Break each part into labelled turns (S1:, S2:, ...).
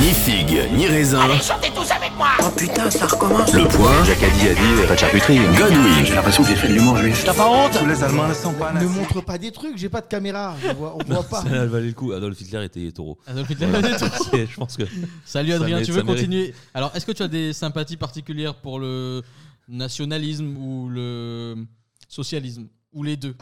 S1: Ni figue, ni raisin.
S2: Allez, chantez tous avec moi
S3: Oh putain, ça recommence.
S1: Le point,
S4: Jacadi a dit, pas de charcuterie.
S1: Godwin.
S4: l'impression que j'ai fait de l'humour juif.
S2: T'as pas honte
S5: Tous les Allemands ne sont pas
S6: Ne
S5: nazis.
S6: montre pas des trucs, j'ai pas de caméra. On voit, on voit pas.
S7: Ça elle valait le coup. Adolf Hitler était taureau.
S8: Adolf Hitler.
S7: Voilà. C'est- Je pense que.
S8: Salut
S7: Ça
S8: Adrien,
S7: mérite-
S8: tu
S7: ça
S8: veux
S7: mérite.
S8: continuer Alors, est-ce que tu as des sympathies particulières pour le nationalisme ou le socialisme Ou les deux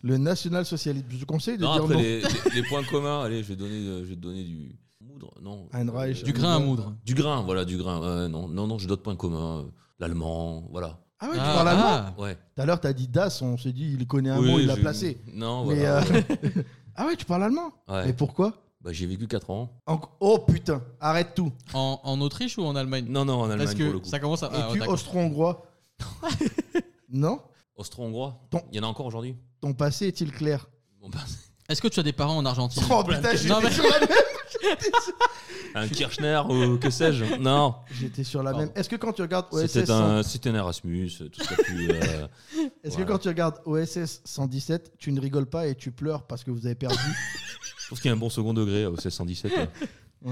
S6: Le national-socialisme. Je te conseille de
S7: Non,
S6: dire
S7: après,
S6: non.
S7: les, les- les points communs, allez, je vais donner, euh, je vais te donner du. Moudre Non.
S6: Ein Reich.
S8: Du grain à moudre.
S7: Du grain, voilà, du grain. Ouais, non, non, non, j'ai d'autres points communs. euh, L'allemand, voilà.
S6: Ah ouais, tu
S8: Ah,
S6: parles allemand
S8: ah.
S7: Ouais.
S6: Tout à l'heure, t'as dit Das, on s'est dit, il connaît un
S7: Oui,
S6: mot, il l'a
S7: j'ai-
S6: placé.
S7: Non,
S6: Mais,
S7: voilà.
S6: euh, ah ouais, tu parles allemand
S7: Ouais.
S6: Mais pourquoi
S7: Bah, j'ai vécu 4 ans.
S6: En- Oh putain, arrête tout.
S8: En, en Autriche ou en Allemagne
S7: Non, non, en Allemagne
S8: Parce
S7: pour le
S8: que
S7: coup.
S8: ça commence à. ah,
S6: Es-tu
S8: d'accord.
S6: austro-hongrois Non
S7: Austro-hongrois
S6: Ton-
S7: Il y en a encore aujourd'hui
S6: Ton passé est-il clair
S7: Bon, bah,
S8: Est-ce que tu as des parents en Argentine
S6: Oh putain, j'étais
S8: Non, mais-
S6: sur la même.
S7: Un Kirchner ou que sais-je Non.
S6: J'étais sur la
S7: Pardon.
S6: même. Est-ce que quand tu regardes OSS,
S7: C'était un, c'était un Erasmus, tout ce qu'il y a pu, euh,
S6: est-ce que
S7: voilà.
S6: quand tu regardes OSS 117, tu ne rigoles pas et tu pleures parce que vous avez perdu
S7: Je trouve qu'il y a un bon second degré euh, au 1617. ouais.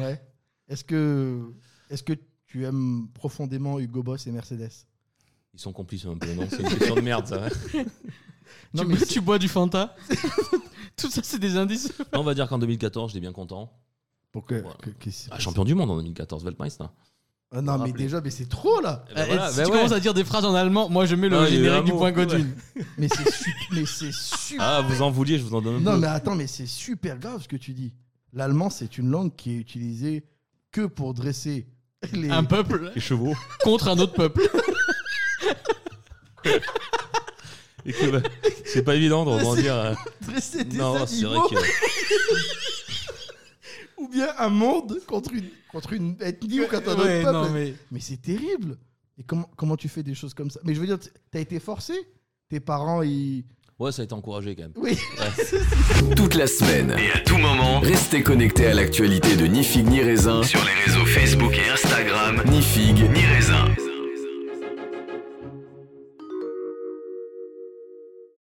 S6: Ouais. Est-ce que est-ce que tu aimes profondément Hugo Boss et Mercedes
S7: Ils sont complices un peu, non C'est une question de merde, ça. hein.
S6: Non,
S8: tu,
S6: mais
S8: bois-
S6: c'est-
S8: tu bois du Fanta Tout ça, c'est des indices.
S7: Non, on va dire qu'en 2014, j'étais bien content.
S6: pour que,
S7: Ouais.
S6: que- que c'est-
S7: Ah, champion du monde en 2014, Weltmeister.
S6: Ah non, mais
S7: Rappelez.
S6: déjà, mais c'est trop là.
S7: Eh ben
S8: Eh,
S7: voilà,
S8: si
S7: ben
S8: tu
S7: ouais.
S8: commences à dire des phrases en allemand, moi je mets le
S7: Ah, il y a eu un
S8: générique du
S7: mot,
S8: point
S7: ouais.
S8: Godwin.
S6: Mais c'est super. mais c'est super.
S7: Ah, vous en vouliez, je vous en donne un
S6: Non,
S7: peu.
S6: mais attends, mais c'est super grave ce que tu dis. L'allemand, c'est une langue qui est utilisée que pour dresser les.
S8: Un peuple
S7: Les chevaux.
S8: contre un autre peuple.
S7: Et que, bah, c'est pas évident de rebondir. euh,
S6: dresser des
S7: Non, c'est vrai
S6: animaux,
S7: que.
S6: Ou bien un monde contre une, contre une ethnie ou contre un autre
S8: Ouais,
S6: peuple.
S8: non,
S6: mais
S8: mais-
S6: c'est terrible. Et comment, comment tu fais des choses comme ça Mais je veux dire, t- t'as été forcé Tes parents, ils.
S7: Ouais, ça a été encouragé quand même.
S6: Oui.
S1: Toute la semaine. Et à tout moment. Restez connectés à l'actualité de Ni figue, ni raisin. Sur les réseaux Facebook et Instagram. Ni figue, ni